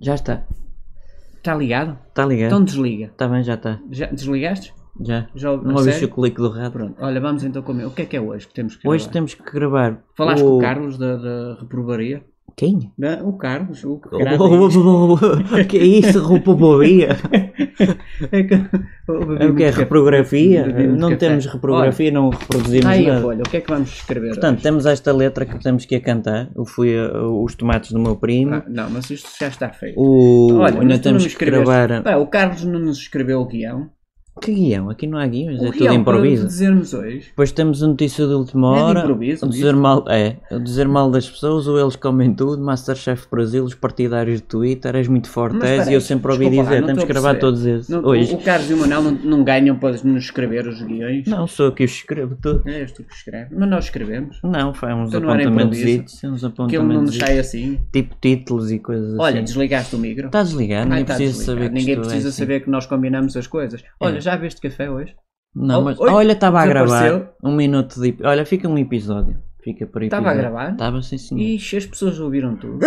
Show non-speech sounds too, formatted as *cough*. Já está. É. Está Tá ligado? Está Tá ligado. Então desliga. Está bem, já está. Já, desligaste? Já. Já Não a ouviste sério? o clique do rato? Pronto, olha, vamos então comer. O que é que é hoje que temos que Hoje gravar? temos que gravar. Falaste com o Carlos da, da reprovaria? Quem? Não, o Carlos, o que O grava isto. *laughs* o- que é *laughs* isso? Repoboria? É que eu bebi É o que muito é? café. Reprografia? Bebi muito Não café. temos reprografia, não Olha, tá reproduzimos aí a nada. folha, o que é que vamos escrever Portanto, temos esta letra que temos que ir cantar. Eu fui uh, os tomates do meu primo. hoje? Ah, não, mas isto já está feito. O... Olha, mas ainda tu não temos me que escreveste- gravar. Pá, o Carlos não nos escreveu o guião. Que guião? Aqui não há guiões, o é tudo guião para improviso. dizermos hoje. Depois temos a notícia de última É de hora. improviso, o dizer mal, é, o dizer mal das pessoas, ou eles comem tudo, Masterchef Brasil, os partidários de Twitter, és muito forte, Mas és, espera e eu aí, sempre ouvi desculpa lá, dizer, não temos estou que a gravar perceber. todos esses Não- hoje. o, o Carlos e o Manel não, não ganham para nos escrever os guiões. Não, sou eu que os escrevo tudo. É este que escreve. Mas nós escrevemos. Não, foi uns Então não era apontamentos, uns Que ele não nos apontamentos, sai assim. tipo títulos e coisas Olha, assim. desligaste o micro. Está desligado, Ai, ninguém tá precisa desligado. saber que Ninguém isto é precisa assim. É. saber que nós combinamos as coisas. Olha, já viste café hoje? Não, Oh, mas oi, olha, estava a gravar desapareceu. um minuto de. ep- Olha, fica um episódio. Fica por aí. Estava a gravar? Estava sim, sim. Ixi, as pessoas ouviram tudo.